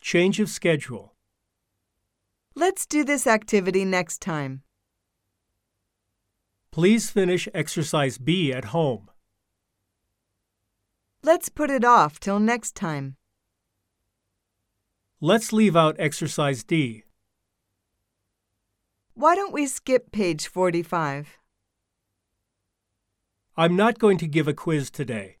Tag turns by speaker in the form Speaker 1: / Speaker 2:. Speaker 1: Change of schedule.
Speaker 2: Let's do this activity next time.
Speaker 1: Please finish exercise B at home.
Speaker 2: Let's put it off till next time.
Speaker 1: Let's leave out exercise D.
Speaker 2: Why don't we skip page 45?
Speaker 1: I'm not going to give a quiz today.